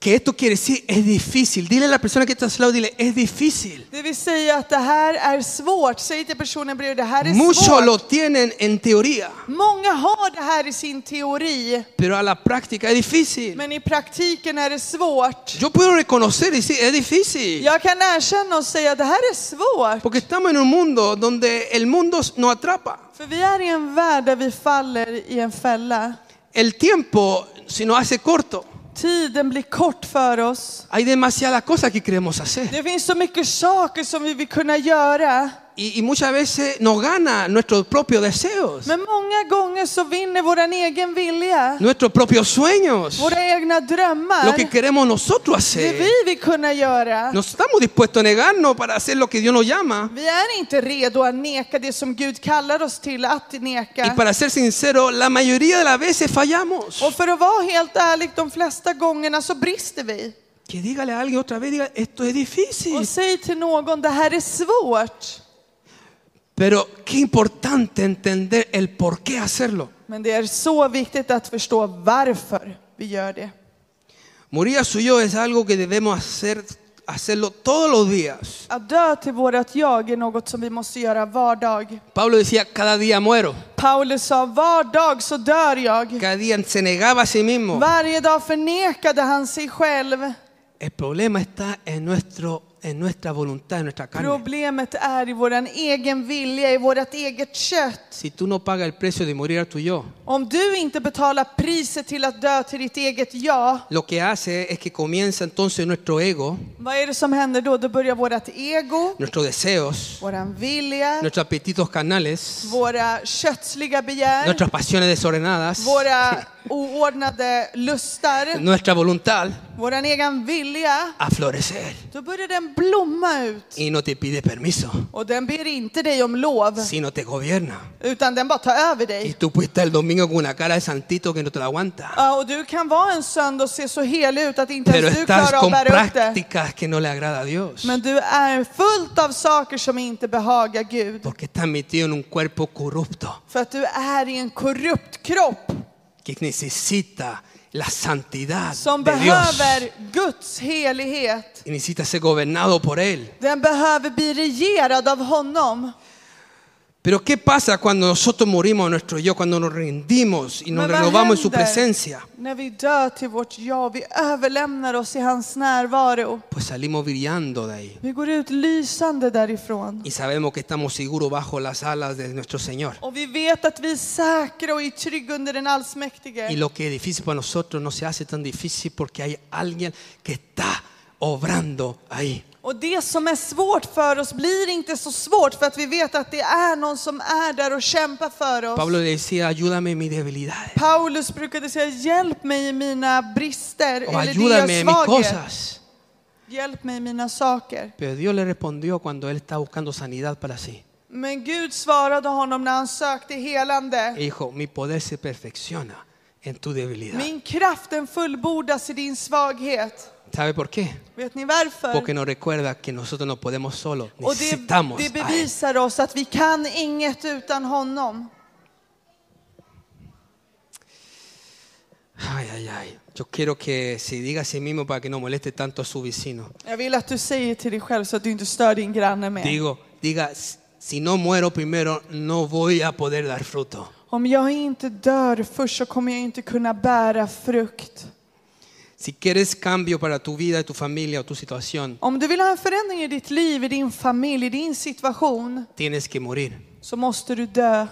Que esto quiere decir, es difícil. Dile a la persona que está al lado, dile, es difícil. Det vill säga att det här är svårt. Säg till personen bredvid, det här är Muchos svårt. lo tienen en teoría, Många har det här i sin teori, pero a la práctica es difícil. men i praktiken är det svårt. Yo puedo reconocer y decir, es difícil. Jag kan erkänna och säga det här är svårt. Porque estamos en un mundo donde el mundo nos atrapa. För vi är i en värld där vi faller i en fälla. El tiempo se nos hace corto. Tiden blir kort för oss. Hay demasiadas cosas que queremos hacer. Det finns så mycket saker som vi vill kunna göra. Y, y muchas veces nos gana nuestros propios deseos, Men många gånger så vinner våran egen vilja, nuestros propios sueños, våra egna lo que drömmar, queremos nosotros det hacer. vi vill kunna göra. No estamos dispuestos a negarnos para hacer lo que Dios nos llama. Vi är inte redo att neka det som Gud kallar oss till att Y neka. para ser sincero, la mayoría de las veces fallamos. Och för att vara helt ärlig, de flesta gångerna så brister vi. Que dígale a alguien otra vez, diga, esto es difícil. Och säg till någon, det här är svårt. Pero qué importante entender el por qué hacerlo. Men det är så viktigt att förstå varför vi gör det. Morir a su yo es algo que debemos hacer hacerlo todos los días. Att dö till vårt jag är något som vi måste göra var dag. Pablo decía, cada día muero. Paulus sa, var dag så dör jag. Cada día se negaba a sí mismo. Varje dag förnekade han sig själv. El problema está en, nuestro, en nuestra voluntad, en nuestra carne. Problemet är i vår egen vilja, i vårt eget kött. Si tú no pagas el precio de morir a tu yo, Om du inte betalar priset till att dö till ditt eget jag, lo que hace es que comienza entonces nuestro ego, vad är det som händer då? Då börjar vårt ego, nuestros deseos, vår vilja, nuestros apetitos carnales, våra kötsliga begär, nuestras pasiones desordenadas, våra oordnade lustar, nuestra voluntad vår egen vilja, a florecer. då börjar den blomma ut. Y no te pide permiso, Och den ber inte dig om lov, sino te gobierna. utan den bara tar över Y dig. tú puedes estar el domingo con una cara de santito que no te la aguanta. Ja, och du kan vara en söndag och se så helig ut att inte Pero ens du estás klarar av con att bära upp det. prácticas que no le agrada a Dios. Men du är fullt av saker som inte behagar Gud. Porque estás metido en un cuerpo corrupto För att du är i en korrupt kropp que necesita la santidad som de Dios. behöver Guds helighet. Y necesita ser gobernado por Él. Den behöver bli regerad av honom. Pero ¿qué pasa cuando nosotros morimos a nuestro yo, cuando nos rendimos y nos Men vad renovamos en su händer presencia? när vi dör till vårt jag? Vi överlämnar oss i hans närvaro. Pues salimos brillando de ahí. Vi går ut lysande därifrån. Y sabemos que estamos seguros bajo las alas de nuestro Señor. Och vi vet att vi är säkra och är trygga under den Y allsmäktige. lo que es difícil para nosotros no se hace tan difícil porque hay alguien que está obrando ahí. Och det som är svårt för oss blir inte så svårt för att vi vet att det är någon som är där och kämpar för oss. Pablo le decía, ayúdame en mi debilidad. Paulus brukade säga hjälp mig i mina brister O eller det ayúdame en mis jag svaghet. cosas. Hjälp mig i mina saker. Pero Dios le respondió cuando él estaba buscando sanidad para sí. Men Gud svarade honom när han sökte Y helande. dijo, mi poder se perfecciona en tu debilidad. Min kraft den fullbordas i din svaghet. ¿Sabe por qué? Vet ni varför? Porque nos recuerda que nosotros no podemos solos. Och det, Necesitamos det a Él. bevisar oss att vi kan inget utan honom. Ay, ay, ay. Yo quiero que se diga a sí mismo para que no moleste tanto a su vecino. Jag vill att du säger till dig själv så att du inte stör din granne mer. Digo, diga, si no muero primero, no voy a poder dar fruto. Om jag inte dör först så kommer jag inte kunna bära frukt. Si quieres cambio para tu vida, tu familia o tu situación, Om du vill ha en förändring i ditt liv, i din familj, i din situation tienes que morir. så måste du dö.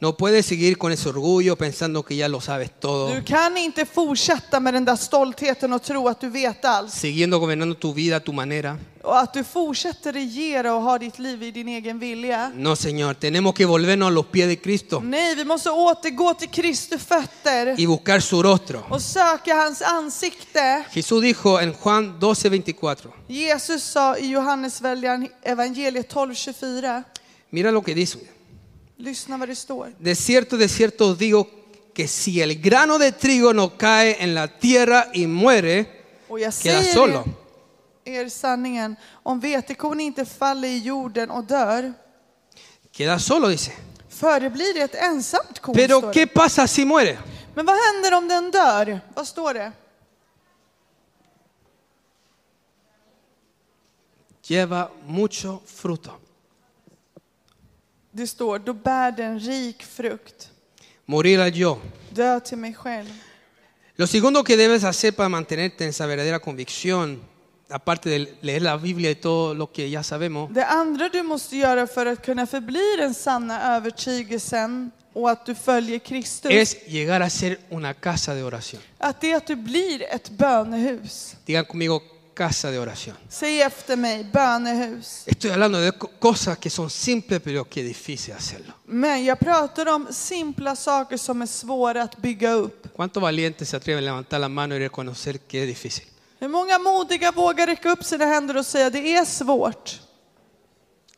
No puedes seguir con ese orgullo pensando que ya lo sabes todo, Du kan inte fortsätta med den där stoltheten och tro att du vet allt. siguiendo gobernando tu vida a tu manera. Och att du fortsätter regera och ha ditt liv i din egen vilja. No, Señor, tenemos que volvernos a los pies de Cristo Nej, vi måste återgå till Kristi fötter. y buscar su rostro. och söka hans ansikte. Jesús dijo en Juan 12, 24, Jesus sa i Johannes evangeliet 12.24, mira lo que dice. lyssna vad det står. De cierto, de cierto os digo que si el grano de trigo no cae en la tierra y muere, Och jag queda säger solo. er, er sanningen, om vetekorn inte faller i jorden och dör, Queda solo, dice. föreblir det ett ensamt korn. Pero står ¿qué det. pasa si muere? Men vad händer om den dör? Vad står det? Lleva mucho fruto. Det står, då bär den rik frukt. Morir al yo. Dö till mig själv. Lo segundo que debes hacer para mantenerte en esa verdadera convicción, aparte de leer la Biblia y todo lo que ya sabemos, Det andra du måste göra för att kunna förbli den sanna övertygelsen och att du följer Kristus, es llegar a ser una casa de oración. Att det är att du blir ett bönehus. Digan conmigo casa de oración. Säg efter mig, bönehus. Estoy hablando de co- cosas que son simples pero que es difícil hacerlo. Men jag pratar om simpla saker som är svåra att bygga upp. ¿Cuántos valientes se atreven a levantar la mano y reconocer que es difícil? Hur många modiga vågar räcka upp sina händer och säga det är svårt?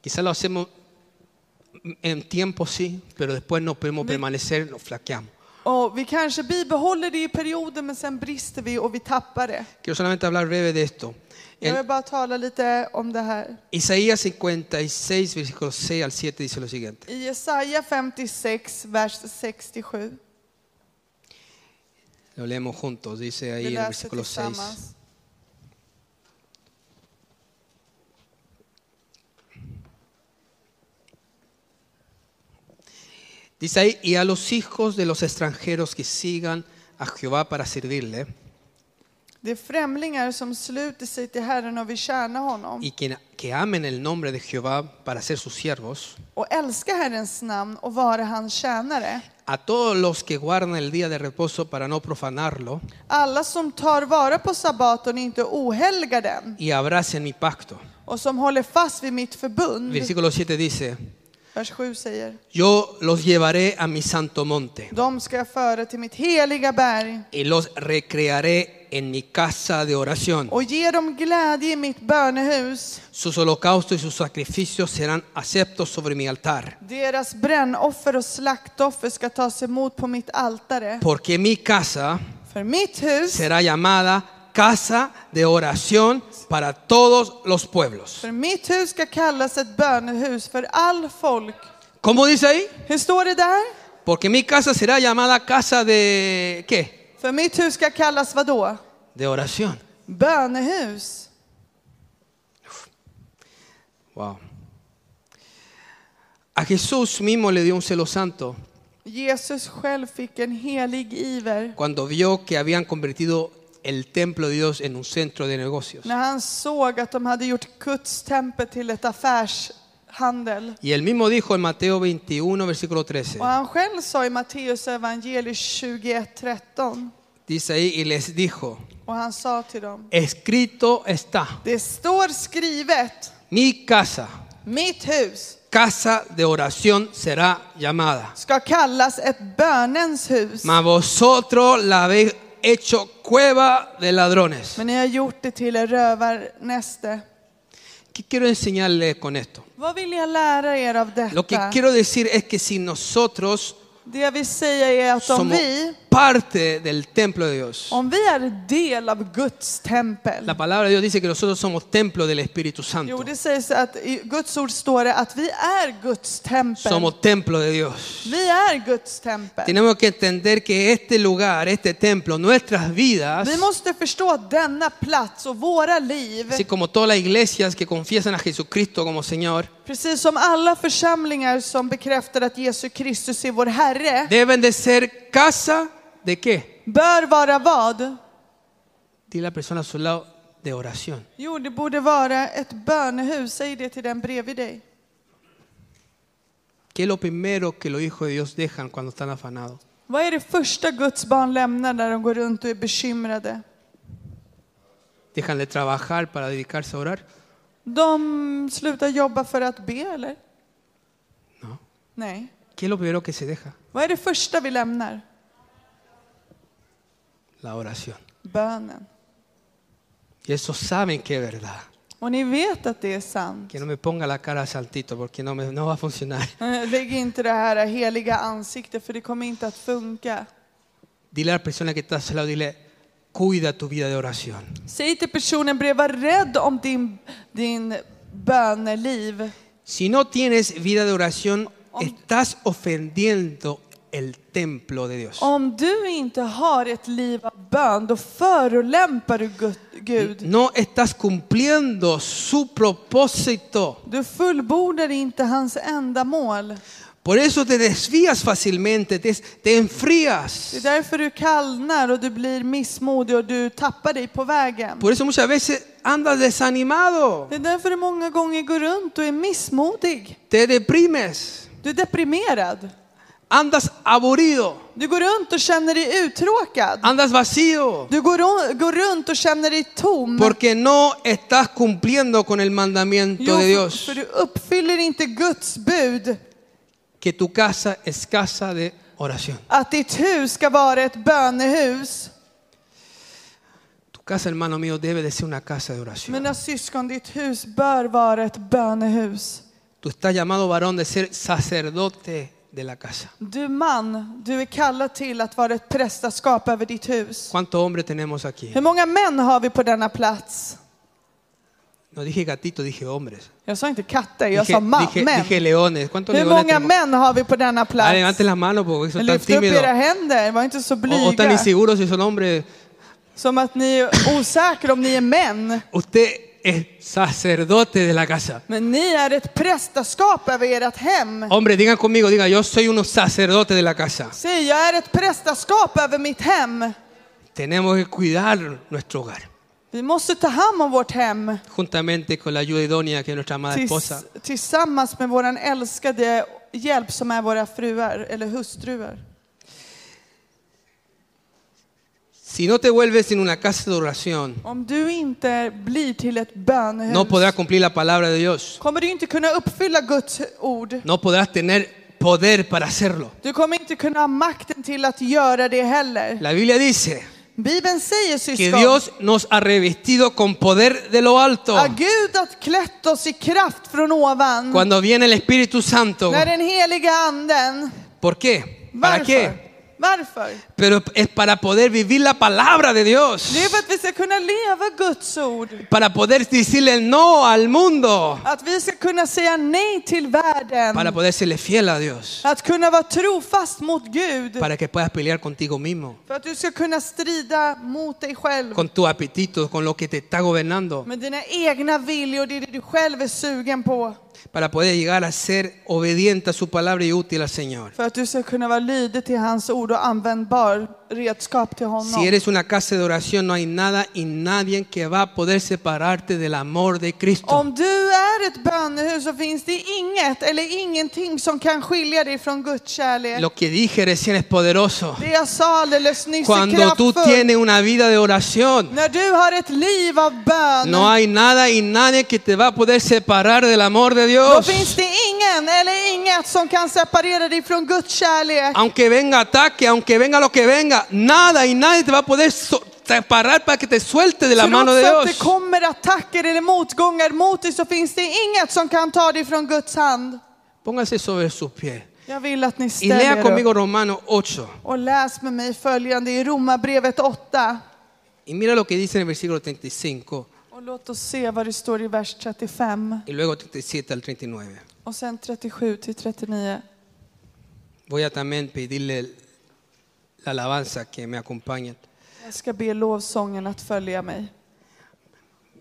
Quizás lo hacemos en tiempo, sí, pero después no podemos permanecer, nos flaqueamos. Och vi kanske bibehåller det i perioder men sen brister vi och vi tappar det. Quiero solamente hablar breve de esto. Jag En vill bara tala lite om det här. Isaías 56, versículos 6 al 7 dice lo siguiente. I Jesaja 56, vers 67. Lo leemos juntos, dice Vi ahí en el läser versículo 6. tillsammans. Dice ahí, y a los hijos de los extranjeros que sigan a Jehová para servirle Det är främlingar som sluter sig till Herren och vill tjäna honom y que, que amen el nombre de Jehová para ser sus siervos, och älska Herrens namn och vara hans tjänare. a todos los que guardan el día de reposo para no profanarlo Alla som tar vara på sabbaten och inte ohelgar den y abracen mi pacto. och som håller fast vid mitt förbund. Versículo 7 dice, Vers 7 säger, yo los llevaré a mi santo monte de ska jag föra till mitt heliga berg y los recrearé en mi casa de oración. och ge dem glädje i mitt bönehus. Sus holocaustos y sus sacrificios serán aceptos sobre mi altar. Deras brännoffer och slaktoffer ska tas emot på mitt altare. Porque mi casa För mitt hus, será llamada casa de oración para todos los pueblos. för mitt hus ska kallas ett bönehus för all folk. ¿Cómo dice ahí? Hur står det där? Porque mi casa será llamada casa de ¿qué? För mitt hus ska kallas vad då? De oración. Bönehus. Wow. A Jesús mismo le dio un celo santo Jesus själv fick en helig iver cuando vio que habían convertido el templo de Dios en un centro de negocios. när han såg att de hade gjort Gudstemplet till ett affärshandel. Y él mismo dijo en Mateo 21, versículo 13, Och han själv sa i Matteus evangelium 21.13 dice ahí, y les dijo, och han sa till dem, escrito está, det står skrivet, mi casa mitt hus casa de oración será llamada. ska kallas ett bönens hus, Mas vosotros la habéis hecho cueva de ladrones. men ni har gjort det till er rövarnäste. ¿Qué quiero enseñarles con esto? Vad vill jag lära er av Lo que detta? quiero decir es que si nosotros Det jag vill säga är att om somos vi, parte del templo de Dios, om vi är del av Guds tempel, la palabra de Dios dice que nosotros somos templo del Espíritu Jo, Santo. det sägs att i Guds ord står det att vi är Guds tempel. Somos templo de Dios. Vi är Guds tempel. Tenemos que entender que este lugar, este templo, nuestras vidas, Vi måste förstå att denna plats och våra liv, así como todas las iglesias que confiesan a Jesucristo como Señor, precis som alla församlingar som bekräftar att Jesus Kristus är vår Herre, deben de ser casa de qué? bör vara vad? Dile a la persona a su lado de oración. Jo, det borde vara ett bönehus. Säg det till den bredvid dig. ¿Qué es lo primero que los hijos de Dios dejan cuando están afanados? Vad är det första Guds barn lämnar när de går runt och är bekymrade? ¿Dejan de trabajar para dedicarse a orar? De slutar jobba för att be, eller? No. Nej. ¿Qué es lo primero que se deja? Vad är det första vi lämnar? La oración. Bönen. Y eso saben que es verdad. Och ni vet att det är sant. Que no me ponga la cara saltito porque no, me, no va a funcionar. Eh, Lägg inte det här heliga ansiktet för det kommer inte att funka. Dile a la persona que está a su lado, dile, cuida tu vida de oración. Säg till personen bredvid, var rädd om din, din böneliv. Si no tienes vida de oración, estás ofendiendo el templo de Dios. Om du inte har ett liv av bön, då förolämpar du Gu- Gud. No estás cumpliendo su propósito. Du fullbordar inte hans ändamål. Por eso te desvías fácilmente, te, te Det är enfrías. därför du kallnar och du blir missmodig och du tappar dig på vägen. Por eso muchas veces andas desanimado, Det är därför du många gånger går runt och är missmodig. te deprimes, Du är deprimerad. andas aburrido, Du går runt och känner dig uttråkad. andas vacío, Du går, o- går runt och känner dig tom. porque no estás cumpliendo con el Jo, mandamiento de för, Dios, för du uppfyller inte Guds bud que tu casa es casa de oración. att ditt hus ska vara ett bönehus. Tu casa, hermano mío, debe de ser una casa de oración. Mina syskon, ditt hus bör vara ett bönehus. Tú estás llamado varón de ser sacerdote de la casa. Du man, du är kallad till att vara ett prästaskap över ditt hus. ¿Cuántos hombres tenemos aquí? Hur många män har vi på denna plats? No dije gatito, dije hombres. Jag sa inte katter, jag Dije, sa man, dije- män. dije leones. ¿Cuántos Hur leones många tenemos? män har vi på denna Ah, plats? levanten las manos porque son tan Lyft upp tímidos. era händer, var inte så O, o tan blyga. inseguros si son hombres. Som att ni är osäkra om ni är män. Usted es sacerdote de la casa. Men ni är ett prästaskap över ert hem. Hombre, digan conmigo, diga, yo soy un sacerdote de la casa. Säg, jag är ett prästaskap över mitt hem. Tenemos que cuidar nuestro hogar, Vi måste ta hand om vårt hem juntamente con la ayuda idónea que es nuestra amada tills, esposa. tillsammans med våran älskade hjälp som är våra fruar eller hustruar. Si no te vuelves en una casa de oración, Om du inte blir till ett bönehus no podrás cumplir la palabra de Dios. kommer du inte kunna uppfylla Guds ord. No podrás tener poder para hacerlo. Du kommer inte kunna ha makten till att göra det heller. La Biblia dice Bibeln säger que syskon Dios nos ha revestido con poder de lo alto. att Gud att klätt oss i kraft från ovan. Cuando viene el Espíritu Santo, När den heliga anden. ¿por qué? ¿Para Varför? qué? Varför? Pero es para poder vivir la palabra de Dios. Det är för att vi ska kunna leva Guds ord. Para poder decirle no al mundo. Att vi ska kunna säga nej till världen. Para poder serle fiel a Dios. Att kunna vara trofast mot Gud. Para que puedas pelear contigo mismo. För att du ska kunna strida mot dig själv. Con tu apetito, con lo que te está gobernando. Med dina egna viljor, det är det du själv är sugen på. Para poder llegar a ser obediente a su palabra y útil al Señor. För att du ska kunna vara lydig till hans ord och användbar redskap till honom. Si eres una casa de oración, no hay nada y nadie que va a poder separarte del amor de Cristo. Om du är ett bönehus så finns det inget eller ingenting som kan skilja dig från Guds kärlek. Lo que dije recién es poderoso. Det jag sa alldeles nyss är Cuando tú kraftfullt. tienes una vida de oración, När du har ett liv av bön, no hay nada y nadie que te va a poder separar del amor de då Dios. finns det ingen eller inget som kan separera dig från Guds kärlek. Aunque venga ataque, aunque venga lo que venga, nada y nadie te va a poder so- separar para que te suelte de la mano de Trots att det Dios. kommer attacker eller motgångar mot dig så finns det inget som kan ta dig från Guds hand. Póngase sobre sus pies Jag vill att ni y ställer lea er upp conmigo Romanos 8. och läs med mig följande i Romarbrevet 8. Y mira lo que dice en el versículo 35 Och låt oss se vad det står i vers 35 y luego 37 al 39. och sen 37 till 39. Voy a también pedirle la alabanza que me acompañen. Jag ska be lovsången att följa mig.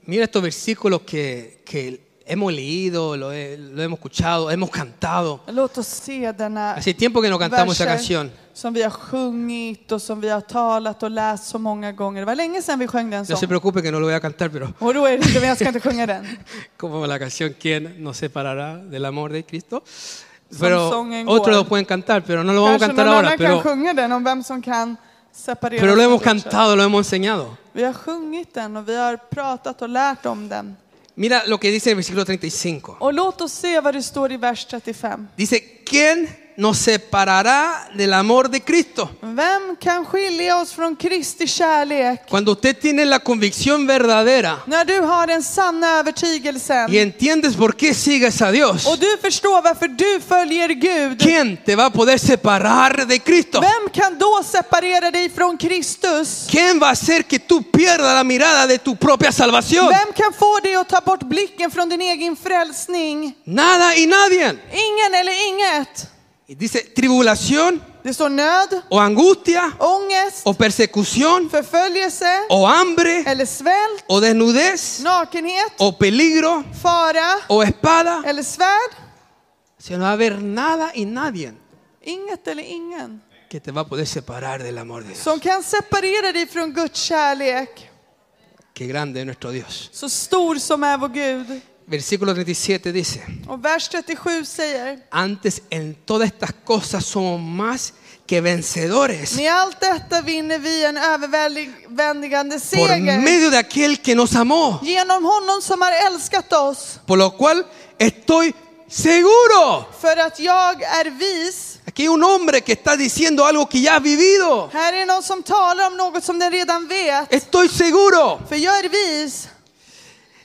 Mira estos versículos que, que hemos leído, lo, he- lo hemos escuchado, hemos cantado. Låt oss se denna Hace tiempo que no cantamos esa verser canción. som vi har sjungit och som vi har talat och läst så många gånger. Det var länge sedan vi sjöng den No se sången. preocupe que no lo voy a cantar, pero Och då är det inte, men jag ska inte sjunga den. como la canción ¿Quién nos separará del amor de Cristo? Pero Samsung en otros Goa. lo pueden cantar, pero no lo vamos a Kanske någon cantar ahora. annan Pero, kan sjunga den om vem som kan separera pero lo oss hemos från Guds kärlek. cantado, lo hemos enseñado. Vi har sjungit den och vi har pratat och lärt om den. Mira lo que dice el versículo 35. Och låt oss se vad det står i vers 35. Dice, ¿quién nos separará del amor de Cristo? Vem kan skilja oss från Kristi kärlek? Cuando usted tiene la convicción verdadera När du har den sanna övertygelsen y entiendes por qué sigues a Oh, Dios, och du förstår varför du följer Gud. ¿quién te va a poder separar de Cristo? Vem kan då separera dig från Kristus? ¿Quién va a hacer que tú pierdas la mirada de tu propia salvación? Vem kan få dig att ta bort blicken från din egen frälsning? Nada y nadie. Ingen eller inget. Y dice tribulación Det står nöd, o angustia ångest, o persecución förföljelse o hambre eller svält, o desnudez nakenhet, o peligro fara o espada. eller svärd. Se no va a haber nada y nadie Inget eller ingen que te va a poder separar del amor de Dios. som kan separera dig från Guds kärlek. Qué grande es nuestro Dios. Så stor som är vår Gud. Versículo 37 dice, Och vers 37 säger, antes en todas estas cosas somos más que vencedores med allt detta vinner vi en överväldigande por seger. medio de aquel que nos amó, Genom honom som har älskat oss. por lo cual estoy seguro. För att jag är vis. Aquí hay un hombre que está diciendo algo que ya ha vivido. Här är någon som talar om något som den redan vet. Estoy seguro För jag är vis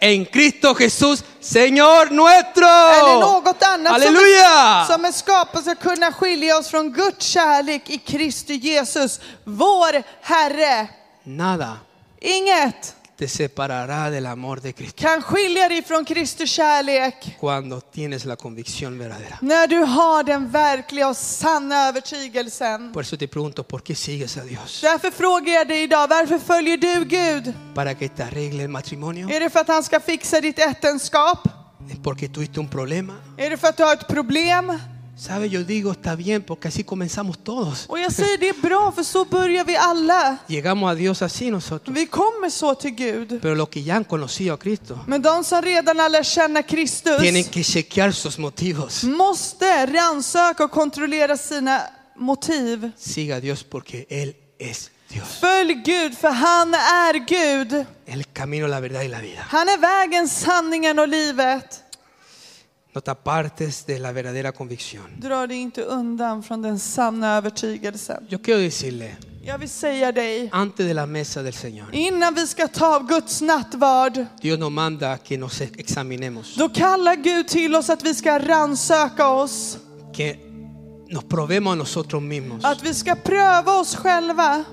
en Cristo Jesús, Señor Eller nuestro. något annat som Halleluja! en, som en skapelse ska kunna skilja oss från Guds kärlek i Kristus Jesus, vår Herre. Nada Inget te separará del amor de Cristo kan skilja dig från Kristus kärlek cuando tienes la convicción verdadera. när du har den verkliga och sanna övertygelsen. Por eso te pregunto, ¿por qué sigues a Dios? Därför frågar jag dig idag, varför följer du Gud? ¿Para que te arregle el matrimonio? Är det för att han ska fixa ditt äktenskap? ¿Es porque tuviste un problema? Är det för att du har ett problem? ¿Sabe? Yo digo, está bien, porque así comenzamos todos. Och jag säger det är bra för så börjar vi alla. Llegamos a Dios así nosotros. Vi kommer så till Gud. Pero los que ya han conocido a Cristo Men de som redan har lärt känna tienen Kristus que chequear sus motivos. måste rannsaka och kontrollera sina motiv. Siga a Dios porque Él es Dios. Följ Gud för han är Gud. El camino, la verdad y la vida. Han är vägen, sanningen och livet. No te apartes de la verdadera convicción. Dra dig inte undan från den sanna övertygelsen. Yo quiero decirle, Jag vill säga dig, antes de la mesa del Señor, innan vi ska ta Guds nattvard, Dios nos manda que nos examinemos, då kallar Gud till oss att vi ska rannsaka oss. que nos probemos a nosotros mismos. Att vi ska pröva oss själva.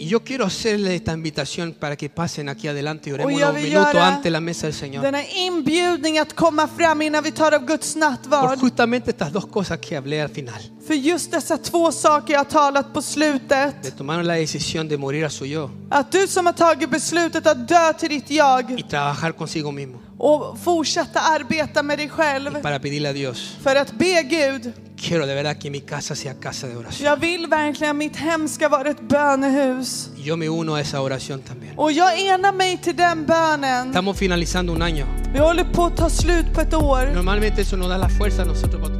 Y yo quiero hacerle esta invitación para que pasen aquí adelante y oremos Oye, unos oye, minutos ahora- antes de la mesa del Señor. Denna inbjudning att komma fram innan vi tar av Guds nattvard. Por justamente estas dos cosas que hablé al final. För just dessa två saker jag har talat på De slutet. tomaron la decisión de morir a su yo Att du som har tagit beslutet att dö till ditt jag y trabajar consigo mismo och fortsätta arbeta med dig själv para pedirle a Dios. för att be Gud. Quiero de verdad que mi casa sea casa de oración. Jag vill verkligen att mitt hem ska vara ett bönehus. Y Yo me uno a esa oración también. Och jag enar mig till den bönen. Estamos finalizando un año. Vi håller på att ta slut på ett år. Normalmente eso nos da la fuerza a nosotros para